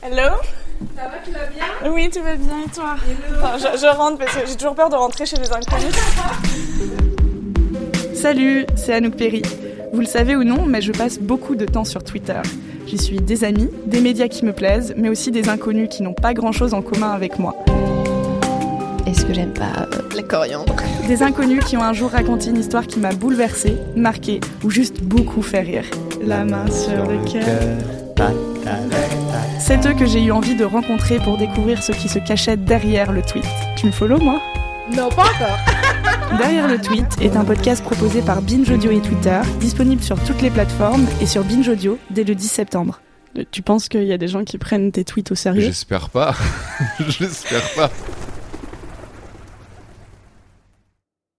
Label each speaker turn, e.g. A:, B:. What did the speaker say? A: Hello
B: Ça va, tu vas bien
A: Oui, tout va bien et toi Attends, je, je rentre parce que j'ai toujours peur de rentrer chez les inconnus.
C: Salut, c'est Anouk Perry. Vous le savez ou non, mais je passe beaucoup de temps sur Twitter. J'y suis des amis, des médias qui me plaisent, mais aussi des inconnus qui n'ont pas grand-chose en commun avec moi.
D: Est-ce que j'aime pas euh, la coriandre
C: Des inconnus qui ont un jour raconté une histoire qui m'a bouleversée, marquée ou juste beaucoup fait rire. La main sur le cœur. C'est eux que j'ai eu envie de rencontrer pour découvrir ce qui se cachait derrière le tweet. Tu me follow, moi
B: Non, pas encore.
C: Derrière le tweet est un podcast proposé par Binge Audio et Twitter, disponible sur toutes les plateformes et sur Binge Audio dès le 10 septembre.
E: Tu penses qu'il y a des gens qui prennent tes tweets au sérieux
F: J'espère pas. J'espère pas.